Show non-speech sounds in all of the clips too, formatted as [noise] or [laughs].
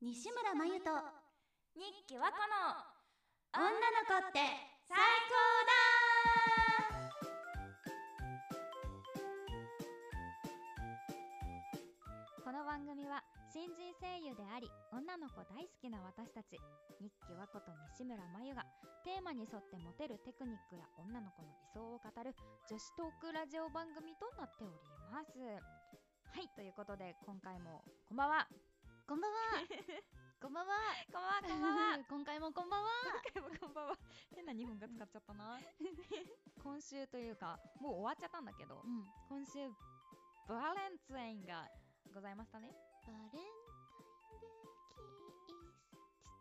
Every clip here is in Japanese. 西村真由と日記はこの女の子って最高だこの番組は新人声優であり女の子大好きな私たち日記和子と西村真由がテーマに沿ってモテるテクニックや女の子の理想を語る女子トークラジオ番組となっておりますはいということで今回もこんばんはこんばんは [laughs] こん [laughs] ばんはこんばんはこんばんは今回もこんばんは今回も [laughs] こんばんは変な日本語使っちゃった [laughs] な今週というかもう終わっちゃったんだけどうん今週バレンタインがございましたねバレンタインデー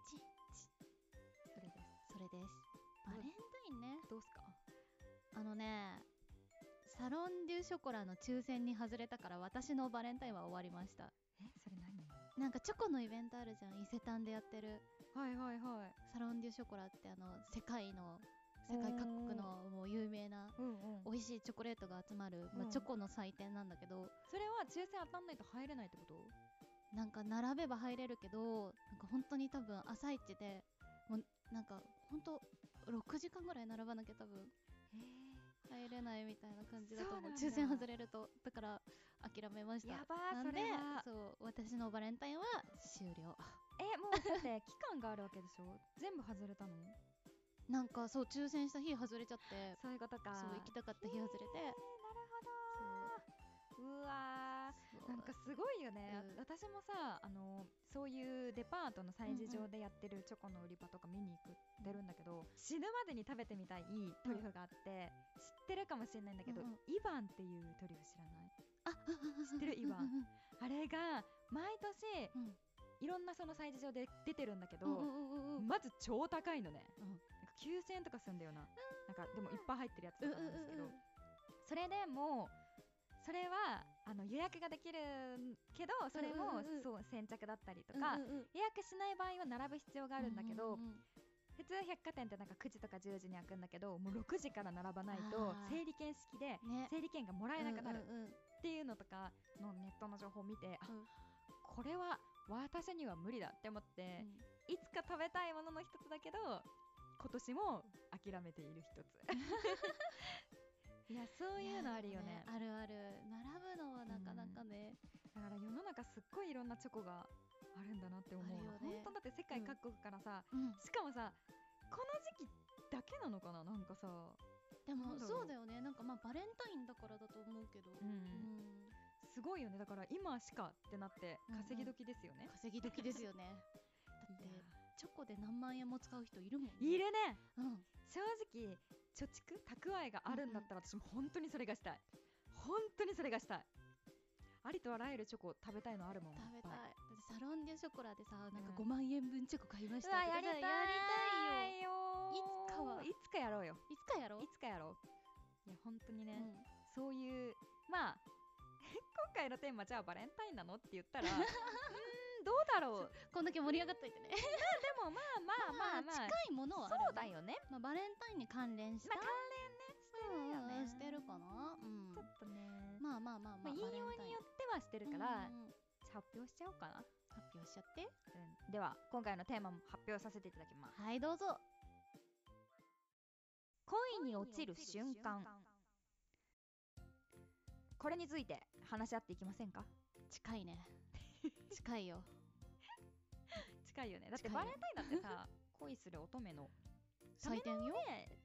キースチそれですそれですバレンタインねどうすかあのねサロンデュショコラの抽選に外れたから私のバレンタインは終わりましたえそれ何なんかチョコのイベントあるじゃん伊勢丹でやってるはいはいはいサロンデュショコラってあの世界の世界各国のもう有名なうんうん美味しいチョコレートが集まる、まあ、うんチョコの祭典なんだけど、それは抽選当たんないと入れないってことなんか並べば入れるけどなんか本当に多分朝一でもうなんか本当6時間ぐらい並ばなきゃ多分入れないみたいな感じだとそう思なうんだ抽選外れるとだから諦めましたやばーなんでそれはそう私のバレンタインは終了えもうだって期間があるわけでしょ [laughs] 全部外れたのなんかそう抽選した日外れちゃってそういうことかそう行きたかった日外れてへーなるほどうわそうーなんかすごいよね、うん私もさあのそういうデパートの催事場でやってるチョコの売り場とか見に行くってるんだけど、死ぬまでに食べてみたいトリュフがあって、知ってるかもしれないんだけど、うんうんイバンっていうトリュフ知らないあ知ってる今うんあれが毎年、うんいろんなその催事場で出てるんだけど、うんうんうんうんうんまず超高いのね、うんなんか9000円とかすんだよななんかでもいっぱい入ってるやつとかなんですけうど、んうんうんそれでもそれはあの予約ができるけどそれうんうも、んうんそう先着だったりとか、うんうんうん予約しない場合は並ぶ必要があるんだけうど、んうんうん普通百貨店ってなんか9時とか10時に開くんだけどもう6時から並ばないとあー整理券式でね整理券がもらえなくなるうんうんうんっていうのとかのネットの情報を見て、あうんこれは私には無理だって思って、いつか食べたいものの一つだけど今年も諦めている一つ [laughs] いやそういうのあるよねいやでもあるある並ぶのはなかなかね、だから世の中すっごいいろんなチョコがあるんだなって思うのあるよね本当だって世界各国からさ、うんしかもさこの時期だけなのかななんかさでなもんだろうそうだよねなんかまあバレンタインだからだと思うけど、うんうんすごいよねだから今しかってなってうんうん稼ぎ時ですよね、稼ぎ時ですよね [laughs] だってチョコで何万円も使う人いるもん、ね、いやいるねうん正直貯蓄蓄えがあるんだったら私も本当にそれがしたい本当にそれがしたいありとあらゆるチョコ食べたいのあるもん食べたいだっぱってサロンデュショコラでさなんかうん5万円分チョコ買いましたとかさうわやりたいよいよいつかはいつかやろうよいつかやろういつかやろういや本当にね、うんそういうまあ [laughs] 今回のテーマじゃあバレンタインなのって言 [laughs] ったらうーんどうだろうこんだけ盛り上がっといてねでもまあ [laughs] まあまあまあ近いものはあるそうだよねまあ、バレンタインに関連した、まあ関連ねしてるよね、うんしてるかなうんちょっとねまあまあまあままああ引用にバレンよってタインはしてるから、うんうんうん発表しちゃおうかな、発表しちゃってうんでは今回のテーマも発表させていただきますはいどうぞ恋に落ちる瞬間これについて話し合っていきませんか近 [laughs] いね近いよ近いよねだって近いバレンタインなんて [laughs] さ恋する乙女の採点よ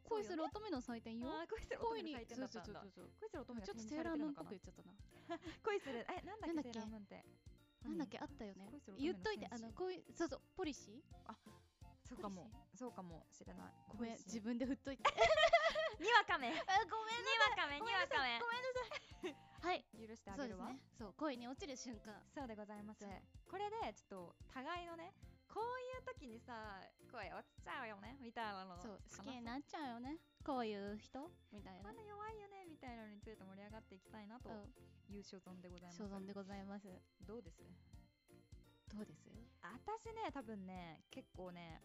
恋する乙女の採点よあー恋する乙恋女にの採点そだうったそうんそうだそう恋するちょっと乙女が展示セーされラてームーるのンっかぽく言なっちゃったな恋するえなんだっなんだっけけセーラームーンってなんだっけあったよね恋する乙女言のっといてあ天使の恋そうそうポリシそうかもそうかもしれないーごめん恋し自分で振っといてにわかめにわ [laughs] あごめんかめごめにわんなかさいはいめ許してあそうげでするわねそう恋に落ちる瞬間そうでございますそうこれでちょっと互いのねこういう時にさ声落ちちゃうよねみたいなのそうか好きになっちゃうよねこういう人みたいまなだ弱いよねみたいなのについて盛り上がっていきたいなとういう所存でござんいます所存でございますどうですどうです私ね多分ね結構ね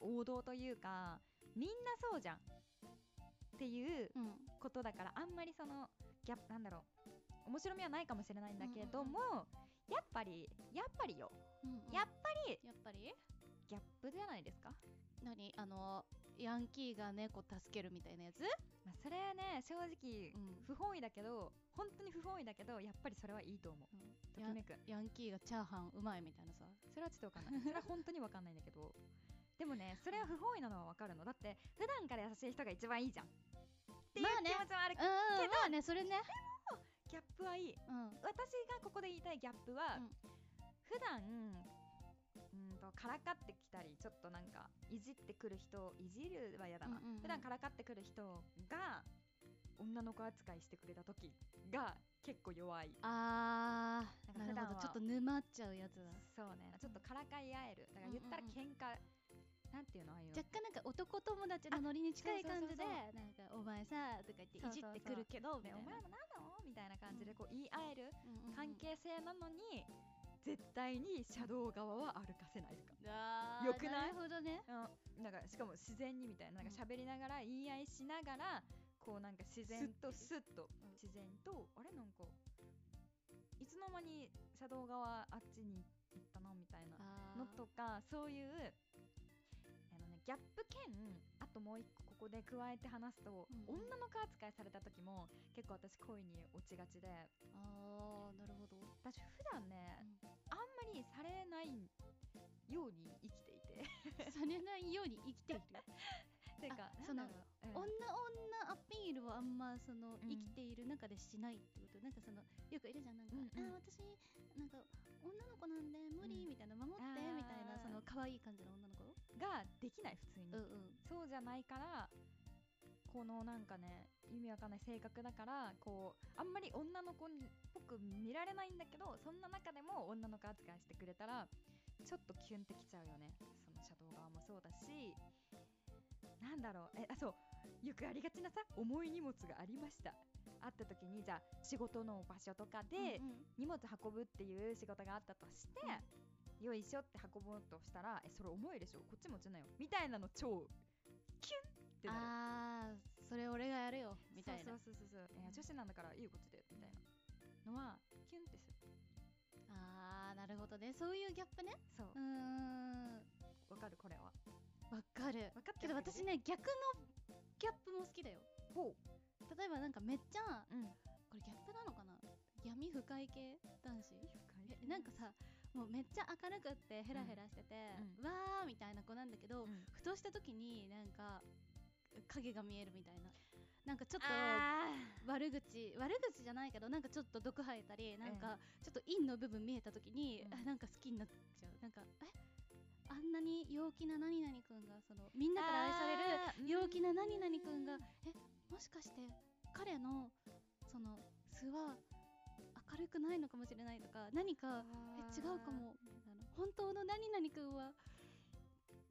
王道というかみんなそうじゃんっていううんことだからあんまりそのギャップなんだろう面白みはないかもしれないんだけども、やっぱりやっぱりようんうんやっぱりやっぱりギャップじゃないですか、何あのヤンキーが猫助けるみたいなやつまあ、それはね正直うん不本意だけど本当に不本意だけどやっぱりそれはいいと思うときめくヤンキーがチャーハンうまいみたいなさそれはちょっとわか [laughs] んないそれは本当にわかんないんだけどでもねそれは不本意なのはわかるのだって普段から優しい人が一番いいじゃんっていうまあ気ね持ちもある、うんうんまあねそれねギャップはいいうん私がここで言いたいギャップは、うん普段うんとからかってきたりちょっとなんかいじってくる人いじるは嫌だな、うんうんうん普段からかってくる人が女の子扱いしてくれた時が結構弱いあーななんるほどかちょっ普段と沼っはちゃうやつだそうねちょっとからかい合えるだから言ったうんらうん喧嘩、なんていうのああいうの若干なんか男友達のノリに近いあ感そうじそうでそうなんかお前さとか言っていじってくるけどみねたいお前なも何なのみたいな感じでこう言い合えるうんうんうん関係性なのに、絶対に車道側は歩かせないとかあー良くないるほどねうんなんかしかも自然にみたいななんかう喋りながら言い合いしながらこうなんか自然とスッとうん自然とあれなんかいつの間に車道側あっちに行ったのみたいなあーのとかそういうあの、ね、ギャップ兼あともう一個ここで加えて話すと、うんうん女の子扱いされた時も結構私恋に落ちがちであーなるほど [laughs] 私普段ね、あんまりされないように生きていて [laughs] されないように生きているていうかあそのなんだろう女うん女アピールはあんまそのうん生きている中でしないってことなんかそのよくいるじゃんなんか、うんうんあー私なんか女の子なんで無理うんみたいな守ってあーみたいなその可愛い感じの女の子ができない普通に、うんうんそうじゃないからこのなんかね意味わかんない性格だからこうあんまり女の子っぽく見られないんだけどそんな中でも女の子扱いしてくれたらちょっとキュンってきちゃうよねそのシャドウ側もそうだしなんだろうえあそうよくありがちなさ重い荷物がありました会った時にじゃあ仕事の場所とかで、うんうん荷物運ぶっていう仕事があったとして、よいしょって運ぼうとしたらえそれ重いでしょこっちも落ちないよみたいなの超キュンってなるああそれ俺がやるよみたいなそうそうそうそうそういや女子なんだからいいよこっちでみたいなのはキュンってするああなるほどねそういうギャップねそううーんわかるこれはわかるわかっけてど私ね逆のギャップも好きだよほ例えばなんかめっちゃううんこれギャップなのかな闇深い系男子えなんかさもうめっちゃ明るくってヘラヘラしてて、うわーみたいな子なんだけど、うんふとした時になんか影が見えるみたいななんかちょっとあ悪口悪口じゃないけどなんかちょっと毒吐いたりなんかちょっと陰の部分見えた時に、うんあなんか好きになっちゃうなんかえあんなに陽気な何々くんがそのみんなから愛されるる陽気な何々くんがえもしかして彼のその素は明るくないのかもしれないとか何かえ違うかもみたいな本当の何々くんは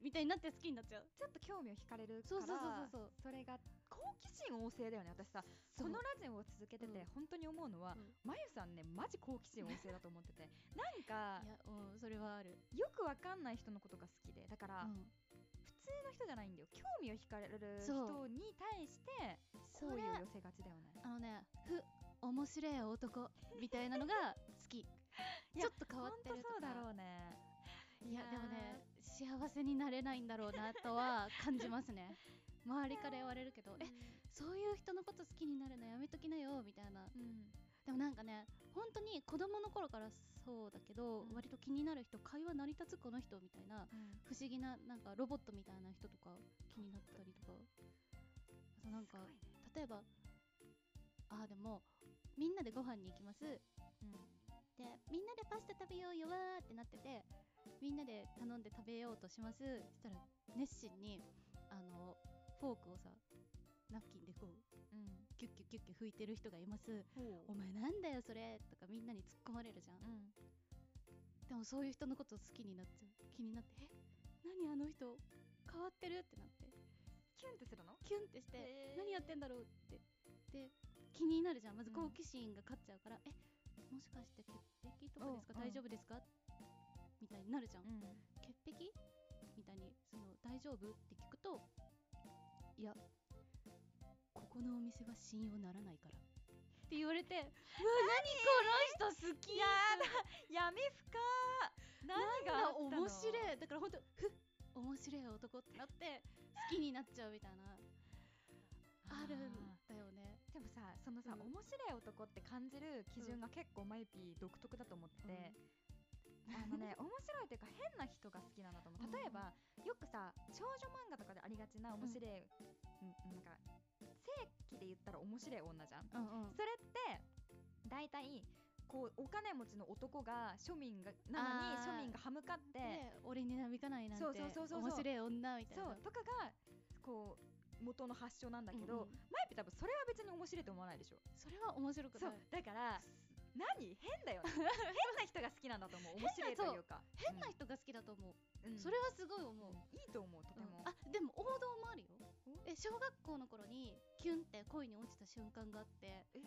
みたいになって好きになっちゃうちょっと興味を惹かれるそからうそうそうそうそれが好奇心旺盛だよね私さそうこのラジオを続けてうてん本当に思うのは、うんまゆさんねマジ好奇心旺盛だと思って [laughs] てなんかいやうんそれはある、よくわかんない人のことが好きでだから、うん普通の人じゃないんだよ興味を惹かれる人そうに対して好そ意れを寄せがちだよねあのね、ふ、面白い男みたいなのが好 [laughs] き。やちょっと変わ本って当るとか。そうだろうねいや、でもね、幸せになれないんだろうなとは感じます [laughs] ね。周りから言われるけど、え、そういう人のこと好きになるのやめときなよ、みたいな。うんでもなんかね、本当に子供の頃からそうだけど、うん割と気になる人、会話成り立つこの人みたいな、不思議な、なんかロボットみたいな人とか気になったりとか。あとなんか、例えば、あーでも、みんなでご飯に行きます。でみんなでパスタ食べようよわーってなっててみんなで頼んで食べようとしますそしたら熱心にあのフォークをさナプキンでこうキュッキュッキュッキュ拭いてる人がいますお前なんだよそれとかみんなに突っ込まれるじゃんでもそういう人のこと好きになっちゃう気になってえ何あの人変わってるってなってキュンってするのキュンってしてへー何やってんだろうってで気になるじゃんまずうん好奇心が勝っちゃうから、えもしかして潔癖とかですかうんうん大丈夫ですかみたいになるじゃん、潔癖みたいにその大丈夫って聞くといやここのお店は信用ならないからって [laughs] 言われてうわ何この人好きやだ闇深何あがあったの面白いだから本当ふっ面白い男ってなって好きになっちゃうみたいなあるんーだよねでもさそのさ、うん面白い男って感じる基準が結構マイピー独特だと思ってて、あ [laughs] のね面白いというか変な人が好きなんだと思う例えば、よくさ少女漫画とかでありがちな面白い、うんなんか正規で言ったら面白い女じゃん、うんうんそれって大体こうお金持ちの男が庶民がなのにあー庶民が歯向かって、で俺になびかないなんてそうそうそうそうそう面白い女みたいそなうとかがこう元の発祥なんだけど、うんうんマイピー多分それは別に面白いと思わないでしょそれは面白くそなういだから何変だ [laughs] よね変な人が好きなんだと思う面白いというか変な人が好きだと思う、うんうんそれはすごい思う、いいと思うとても、あでも王道もあるよおえ小学校の頃にキュンって恋に落ちた瞬間があってえ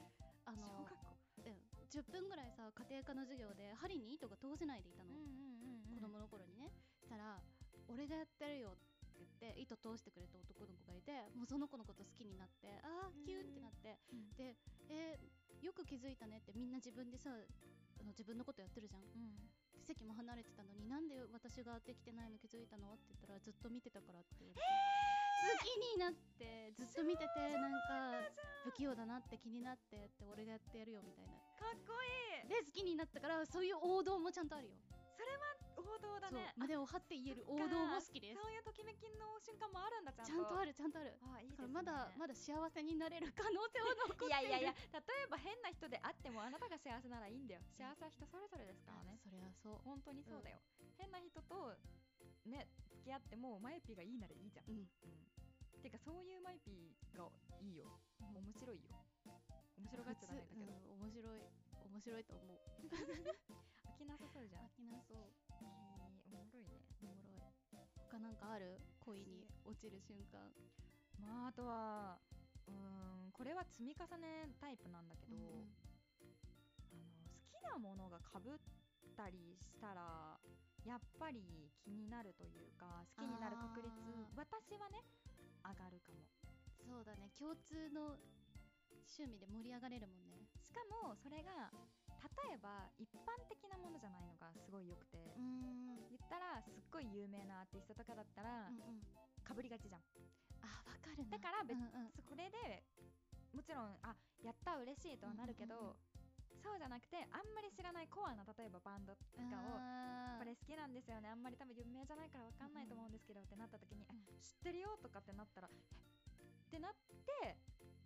あの、小学校うん、10分ぐらいさ家庭科の授業で針に糸が通せないでいたの、子供の頃にねしたら「俺がやってるよ」って言って糸通してくれた男の子がいてもうその子のこと好きになってあうんーキュンってなって、うんで「えーよく気づいたね」ってみんな自分でさあの自分のことやってるじゃん席も離れてたのになんで私ができてないの気づいたのって言ったらずっと見てたからって言われて、好きになってずっと見ててなんか不器用だなって気になってって俺がやってやるよみたいなかっこいいで好きになったからそういう王道もちゃんとあるよ王道だそうね胸を張って言える王道も好きですそういうときめきの瞬間もあるんだちちゃんゃんととあるるちゃんとあるあいいでだかすねらまだまだ幸せになれる可能性は [laughs] 残っているいやいやいや例えば変な人であってもあなたが幸せならいいんだよ幸せは人それぞれですからねあそれはそ本当にそうだよ、変な人とね付き合ってもマイピーがいいならいいじゃん、ううんてかそういうマイピーがいいよ面白いよ面白がっちゃダメだけど、うん面白い面白いと思う [laughs] 飽きなさそうじゃん飽きなそうへえおもろいねおもろい他なんかある恋に落ちる瞬間まああとはうーんこれは積み重ねタイプなんだけど、あの好きなものがかぶったりしたらやっぱり気になるというか好きになる確率あー私はね上がるかもそうだね共通の趣味で盛り上がれるもんねしかもそれが例えば一般的なものじゃないのがすごい良くて、ん言ったらすっごい有名なアーティストとかだったらうんうんかぶりがちじゃん、あわかるなだから別うんにうんそこれでもちろんあやった嬉しいとはなるけど、うんうんうんそうじゃなくてあんまり知らないコアな例えばバンドとかをあーこれ好きなんですよねあんまり多分有名じゃないからわかんないと思うんですけどってなった時に、うえん知ってるよとかってなったらえってなって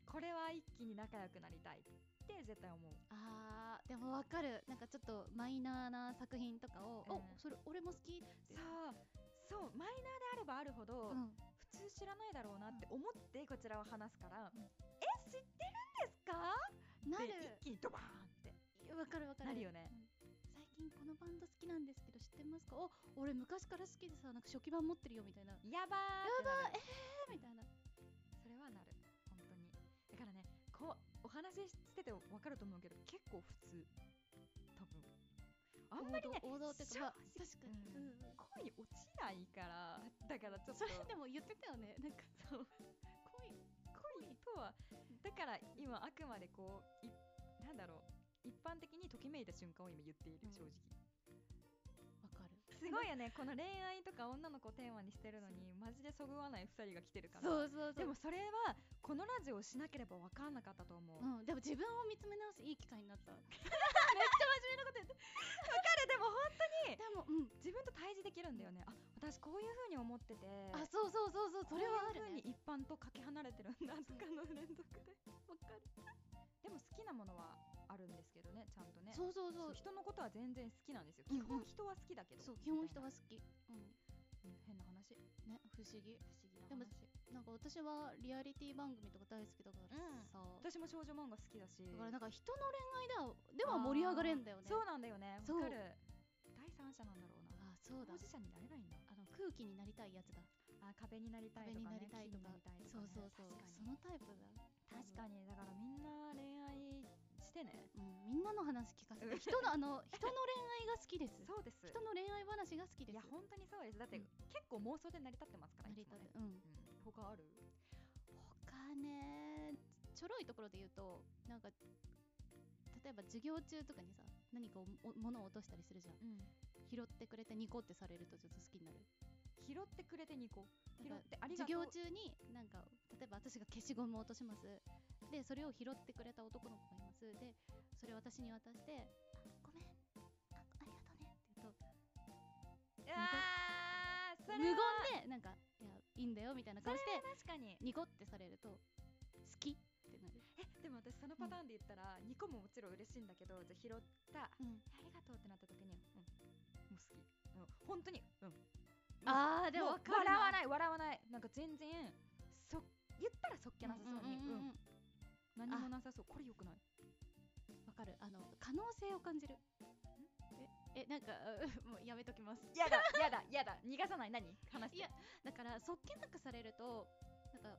これは一気に仲良くなりたいって絶対思うあーでもわかるなんかちょっとマイナーな作品とかを、うおんそれ俺も好きってそうそうマイナーであればあるほど、うん普通知らないだろうなって思ってこちらは話すから、うんえ知ってるんですかなるって一気にドバーンってわかるわかるなるよねうん最近このバンド好きなんですけど知ってますかお俺昔から好きでさなんか初期版持ってるよみたいなえやばーーみやばえたいなそれはなる本当にだからねこうお話ししてて分かると思うけど結構普通多分あんまりね王道王道っていうか、まあ、正直確かに、うんうんうん恋に落ちないからだからちょっそとれでも言ってたよねなんかそう恋恋とはだから今あくまでこういなんだろう一般的にときめいた瞬間を今言っているうん正直、わかるすごいよね [laughs] この恋愛とか女の子をテーマにしてるのにマジでそぐわない2人が来てるからそうそうそうでもそれはこのラジオをしなければ分かんなかったと思う、わうん、でも自分を見つめ直すいい機会になったかるでもほんでもうん自分と対峙できるんだよねあ私こういう風に思っててあそうそうそうそうそれはあるこういうね風に一般とかけ離れてるんだとかの連続でわかるでも好きなものはあるんですけどねちゃんとねそうそうそうそう人のことは全然好きなんですようんうん基本人は好きだけど、そう基本人みは好きうんたいなうん変な話不ね不思議思議な話でもなんか私はリアリティ番組とか大好きだからさ、私も少女漫画好きだしだからなんか人の恋愛だでは盛り上がれんだよねそうなんだよねそうわかる第三者なんだろうなあそうだ当事者になれないんだあの空気になりたいやつだあ壁になりたいとか、ね、壁になりたいとか木になりたいそとかねうそうそうそのタ確かイプだに確かにだからみんな恋愛してねうん、みんなの話聞かせて人のあ [laughs] の人の恋愛が好きですそうです人の恋愛話が好きですいや本当にそうですだって、うん結構妄想で成り立ってますから成りいつ立もねてうんうん、他ある他ねちょろいところで言うとなんか例えば授業中とかにさ何かおも物を落としたりするじゃんうん拾ってくれてニコってされるとちょっと好きになる拾ってくれてニコ拾なんっかてありが授とう業中になんか例えば私が消しゴムを落としますでそれを拾ってくれた男の子がいますでそれを私に渡してあごめんあありがとうねって言うとあーそれは無言でなんかいやいいんだよみたいなそ顔れはして確かにニコってされると好きってなる、えでも私そのパターンで言ったら、ニコももちろん嬉しいんだけどじゃあ拾ったうん、ありがとうってなった時に、うん、もう好き、うん、本当に、うん、あーでももう分かる笑わいない笑わないなんか全然そ言ったらそっけなさそうに、うん何もなさそうこれよくないわかるあの可能性を感じるええなんかうんもうやめときますやだやだやだ逃がさない何話していやだからそっけなくされるとなんか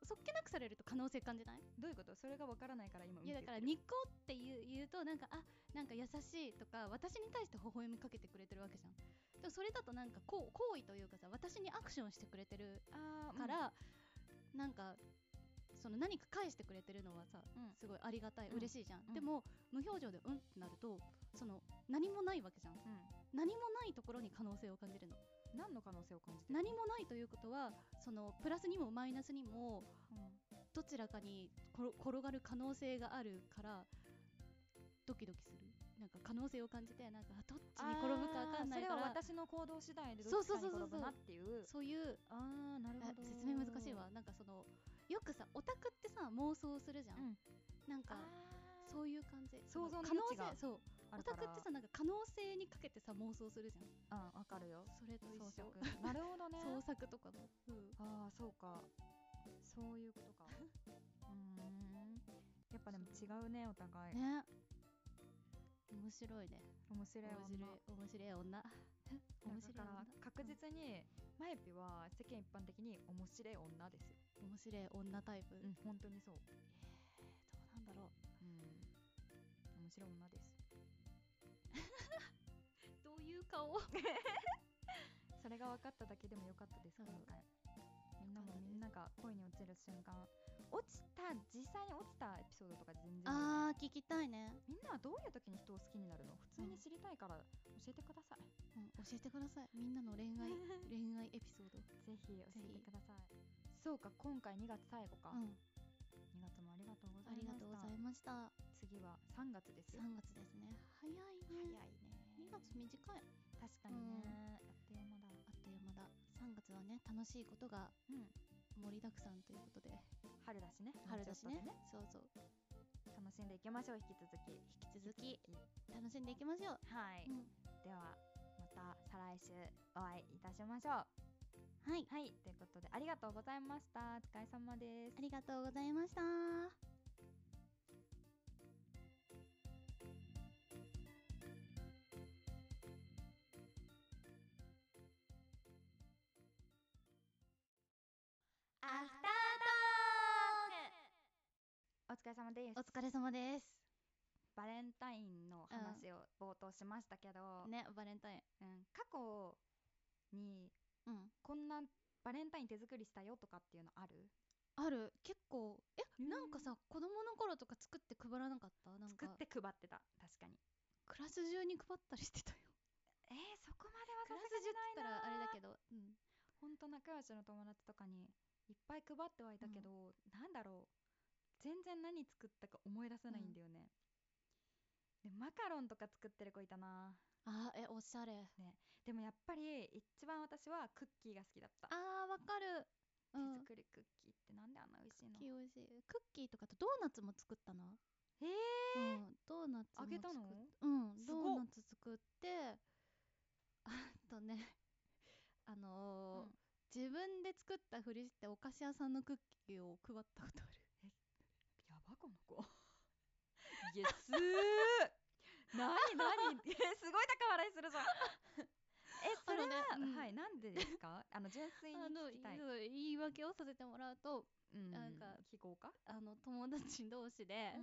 そっけなくされると可能性感じない、どういうことそれがわからないから今いやだからニコって言う言うとなんかあなんか優しいとか私に対して微笑みかけてくれてるわけじゃんでもそれだとなんかこう好意というかさ私にアクションしてくれてるあーか、ら、なんかその何か返してくれてるのはさうんうんすごいありがたい、うん嬉しいじゃん、うんでも無表情でうんってなるとその何もないわけじゃんう何もないところに可能性を感じるのん、何の可能性を感じてる何もないということはそのプラスにもマイナスにもうんどちらかに転転がる可能性があるからドキドキするなんか可能性を感じてなんかあどっちに転ぶか分かんないかあーらそれは私の行動次第でどっちかに転ぶなっていうそういうああなるほあど説明難しいわなんかそのよくさオタクってさ妄想するじゃん、うんなんかそういう感じ想像の可能余地が性そうあオるタかクらってさなんか可能性にかけてさ妄想するじゃんうんわかるよそれと一創緒作なるほどね創作とかも、うんああそうかそういうこと [laughs] かうーんやっぱでも違うねお互いね面白いね面白い面女白い面白い [laughs] 女面白いだか女ら確実にマエピは世間一般的に面白い女ですよ面白い女タイプ、うん本当にそうどうなんだろううん面白い女ですどういう顔それが分かっただけでもよかったでうすん今回みんなよかもったですみんなが恋に落ちる瞬間落ちた実際に落ちたエピソードとか全然いいよねあー聞きたいね、みんなはどういう時に人を好きになるの普通に知りたいから教えてください、うん、教えてくださいみんなの恋 [laughs] 愛恋愛エピソードぜひ教えぜひてくださいそうか今回2月最後か、うん2月もありがとうござあいりがましたとうございました次は3月ですよ3月ですね早いねいね2月短い確かにね、あっという間だあっという間だ3月はね楽しいことがうん盛りだくさんということで春だしね春だしねもうちょっそうそうとで楽しんでいきましょう引き続き引き続き楽しんでいきましょう、はい、うんではまた再来週お会いいたしましょはいうはいということでありがとうございましたお疲れ様ですありがとうございましたアフタートお疲れ様ですお疲れ様ですバレンタインの話を冒頭しましたけど、ねバレンタインうん、過去にうんこんなバレンタイン手作りしたよとかっていうのあるある結構えうんなんかさ子供の頃とか作って配らなかったなん作かって配ってた確かにクラス中に配ったりしてたよえー、そこまではクラさすス中って言ったらあれだけがにないなど、うん、ほんと仲良しの友達とかにいっぱい配ってはいたけど、なんだろう全然何作ったか思い出せないんだよね、でマカロンとか作ってる子いたなあーえおしゃれでもやっぱり一番私はクッキーが好きだったあーわかるう手ん作りクッキーってなんであんな美味しいのクッキー美味しいクッキーとかとドーナツも作ったなうえん、ドーナツー、もあげたの作っうんすドごっーナツ作って [laughs] あとねあのーうん自分で作ったふりしてお菓子屋さんのクッキーを配ったことあるやばこの子イエスーなにな [laughs] にえすごい高笑いするじゃんえそれは、あのねうんはいなんでですかあの純粋にあの聞きたいそう言い訳をさせてもらうとうんなんか非合か、あの友達同士で、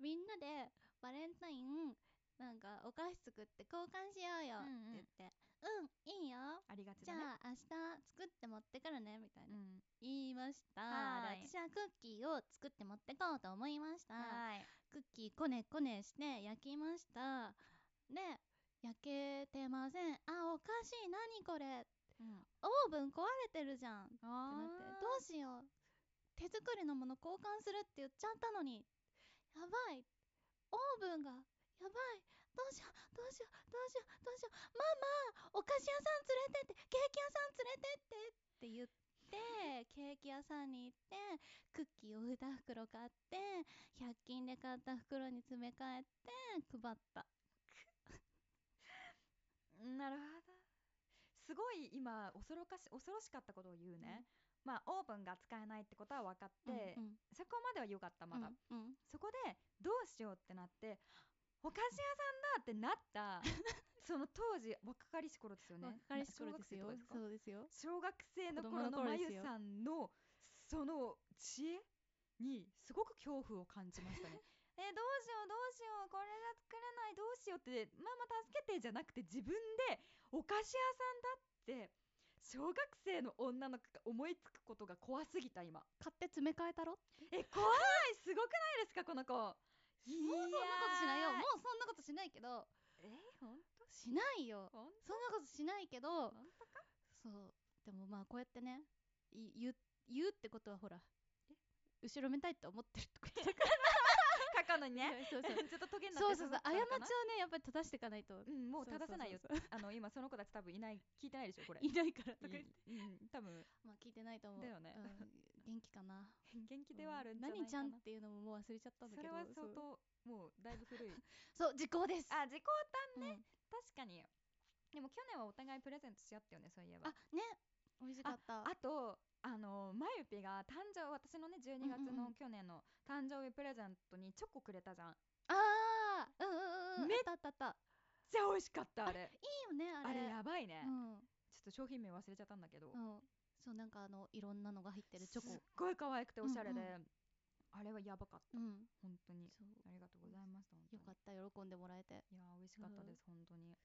みんなでバレンタインなんかお菓子作って交換しようようんうんって言って「うん、いいよありがちじゃだねあ明日作って持ってくるね」みたいなうん言いましたはーいで私はクッキーを作って持ってこうと思いましたはいクッキーこねこねして焼きましたで焼けてませんあおかしい何これうん、オーブン壊れてるじゃんってあなってどうしよう手作りのもの交換するって言っちゃったのにやばいオーブンがやばいどうしようどうしようどうしようどうしようママお菓子屋さん連れてってケーキ屋さん連れてってって言ってケーキ屋さんに行ってクッキーを2袋買って100均で買った袋に詰め替えて配ったなるほどすごい今恐ろかし恐ろしかったことを言うね、まあオーブンが使えないってことは分かって、うんそこまでは良かったうまんだ、うんうんそこでどうしようってなってお菓子屋さんだって [laughs] なったその当時若かりし頃ですよね若かりし頃ですよな小学生とかですかそうですよ小学生の子供の頃の頃まですゆよさんのその知恵にすごく恐怖を感じました [laughs] ねえどうしようどうしようこれが作れないどうしようってママ助けてじゃなくて自分でお菓子屋さんだって小学生の女の子が思いつくことが怖すぎた今買って詰め替えたろえ怖いすごくないですかこの子もうそんもうそんなことしないよもうそんなことしないけどえ本当しないよ本そんなことしないけど当本当かそうでもまあこうやってねい言う言うってことはほら後ろめたいって思ってるってことだか過去のらねそうそう [laughs] ちょっとトゲになっそうてそうそうしまっ過たちをのねかなやっぱり正していかないとうんもう正さないよそうそうそうあの今その子たち多分いない聞いてないでしょこれいないからとか言っていうん多分まあ聞いてないと思うだよねうん元気かな元 [laughs] 気ではあるんじゃない何ちかゃんっなていうのももう忘れちゃったんだけそれどは相当もうだいぶ古いそうそう時効ですあ時効うん確かにでも去年はお互いプレゼントし合ったよねそういえばあね美味しかったあとあのまゆぴが誕生私のね12うん月うんうのん去年の誕生日プレゼントにチョコくれたじゃんあーうんうんうんうんめあったあったあったじゃあ美味しかったあれいいよねああれれやばいねうんちょっと商品名忘れちゃったんだけどうん、そうなんかあのいろんなのが入ってるチョコすっごい可愛くておしゃれでうんあれはやばかっうたん本当にそうありがとうございました本当よにかった喜んでもらえていやー美味しかったです、本当に。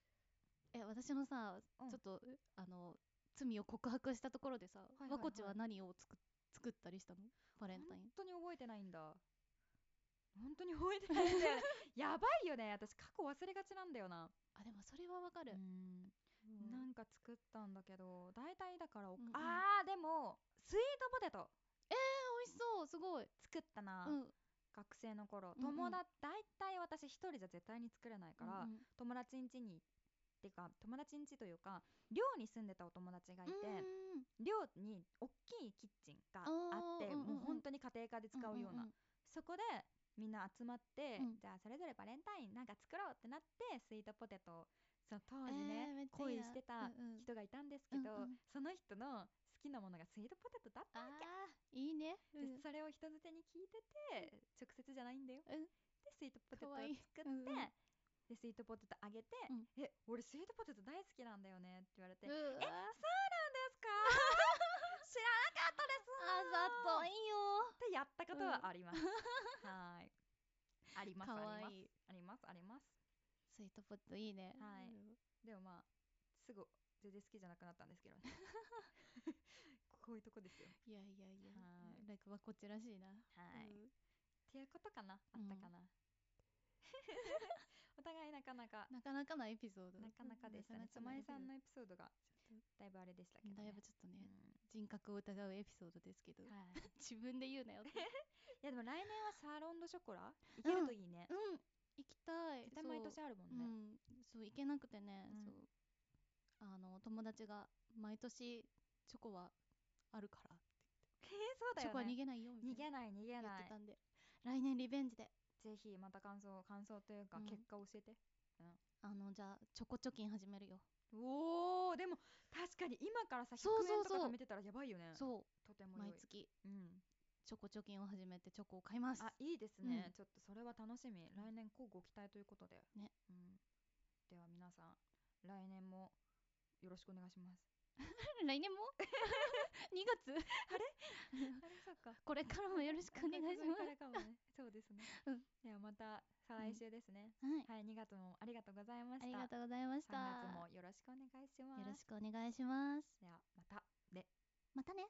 え私のさ、うんちょっとあの罪を告白したところでさ、いはいはいわこちは何を作っ作ったりしたのバレンタイン本当に覚えてないんだ。本当に覚えてないんだ [laughs] よね。やばいよね。私過去忘れがちなんだよな。あでもそれはわかるう、んうんなんか作ったんだけど、大体だからお、うんうんあーでもスイートポテト美味しそうすごい作ったな。うん学生のう頃、んうん友達大体私一人じゃ絶対に作れないから、うんうん友達ん家にってか友達ん家というか寮に住んでたお友達がいて、うん寮に大きいキッチンがあってあーうんうんうんもう本当に家庭科で使うような、んんんそこでみんな集まって、うんじゃあそれぞれバレンタインなんか作ろうってなってスイートポテトをその当時えーめっ、ちゃねいい恋なしてたうんうん人がいたんですけど、うんうんその人の好きなものがスイートポテトだったあわけ、ーいいね、うでんそれを人づてに聞いてて直接じゃないんだよ、うんでスイートポテトをかわいい作ってうんうんでスイートポテトあげて「うんえ俺スイートポテト大好きなんだよね」って言われて「うわーですか知らなかったですあざといよってやったことはあります。はーい。ありますかわあいいりますありますあります。スイートポテトいいねはいうんでもまあすぐ全然好きじゃなくなったんです [laughs] けどね。こういうとこですよ。いやいやいやはいなんかわこちらしいなはうい。っんていうことかなあったかな。 [laughs] お互いなかなかなかなかなエピソードなかなかでしたね。つなかなかなまエえピソードさんのエピソードがだいぶあれでしたけど、だね。いぶちょっとね、う人格を疑うエピソードですけどん、はい。自分で言うなよっていやでも来年はサーロンドショコラいけるといいね。うん行きたい絶対毎年そあるもうんね。うん、そう行けなくてね、うんそうあの友達が毎年チョコはあるから、えーそうだチョコはよ逃げなね。いよみ逃たいげない逃げな言っないて。たんで来年リベンジでぜひまた感想感想というかうん結果を教えて、あのじゃあチョコ貯金始めるよ、おおでも確かに今からさ100そうそう円そうとか貯めてたらやばいよねそとてうも毎良い、月うん、チョコ貯金を始めてチョコを買いますあいいですね、うんちょっとそれは楽しみ来年乞うご期待ということで、ねうん、では皆さん来年もよろしくお願いします来 [laughs] 年も2月あれそうかこれからもよろしくお願いし [laughs] ますこれからかもねそうですね、うんではまた再来週ですね、はいはい2月もありがとうございましたありがとうございました3月もよろしくお願いしますよろしくお願いしますではまたでまたね